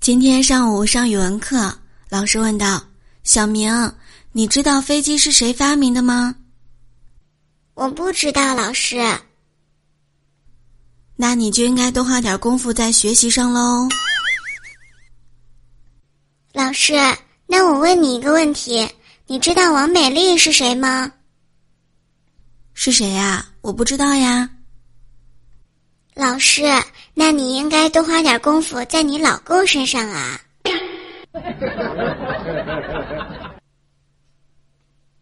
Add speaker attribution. Speaker 1: 今天上午上语文课，老师问道：“小明，你知道飞机是谁发明的吗
Speaker 2: 我不知道，老师。？”
Speaker 1: 那你就应该多花点功夫在学习上喽。
Speaker 2: 老师，那我问你一个问题，你知道王美丽是谁吗？
Speaker 1: 是谁呀、我不知道呀。
Speaker 2: 老师，那你应该多花点功夫在你老公身上啊。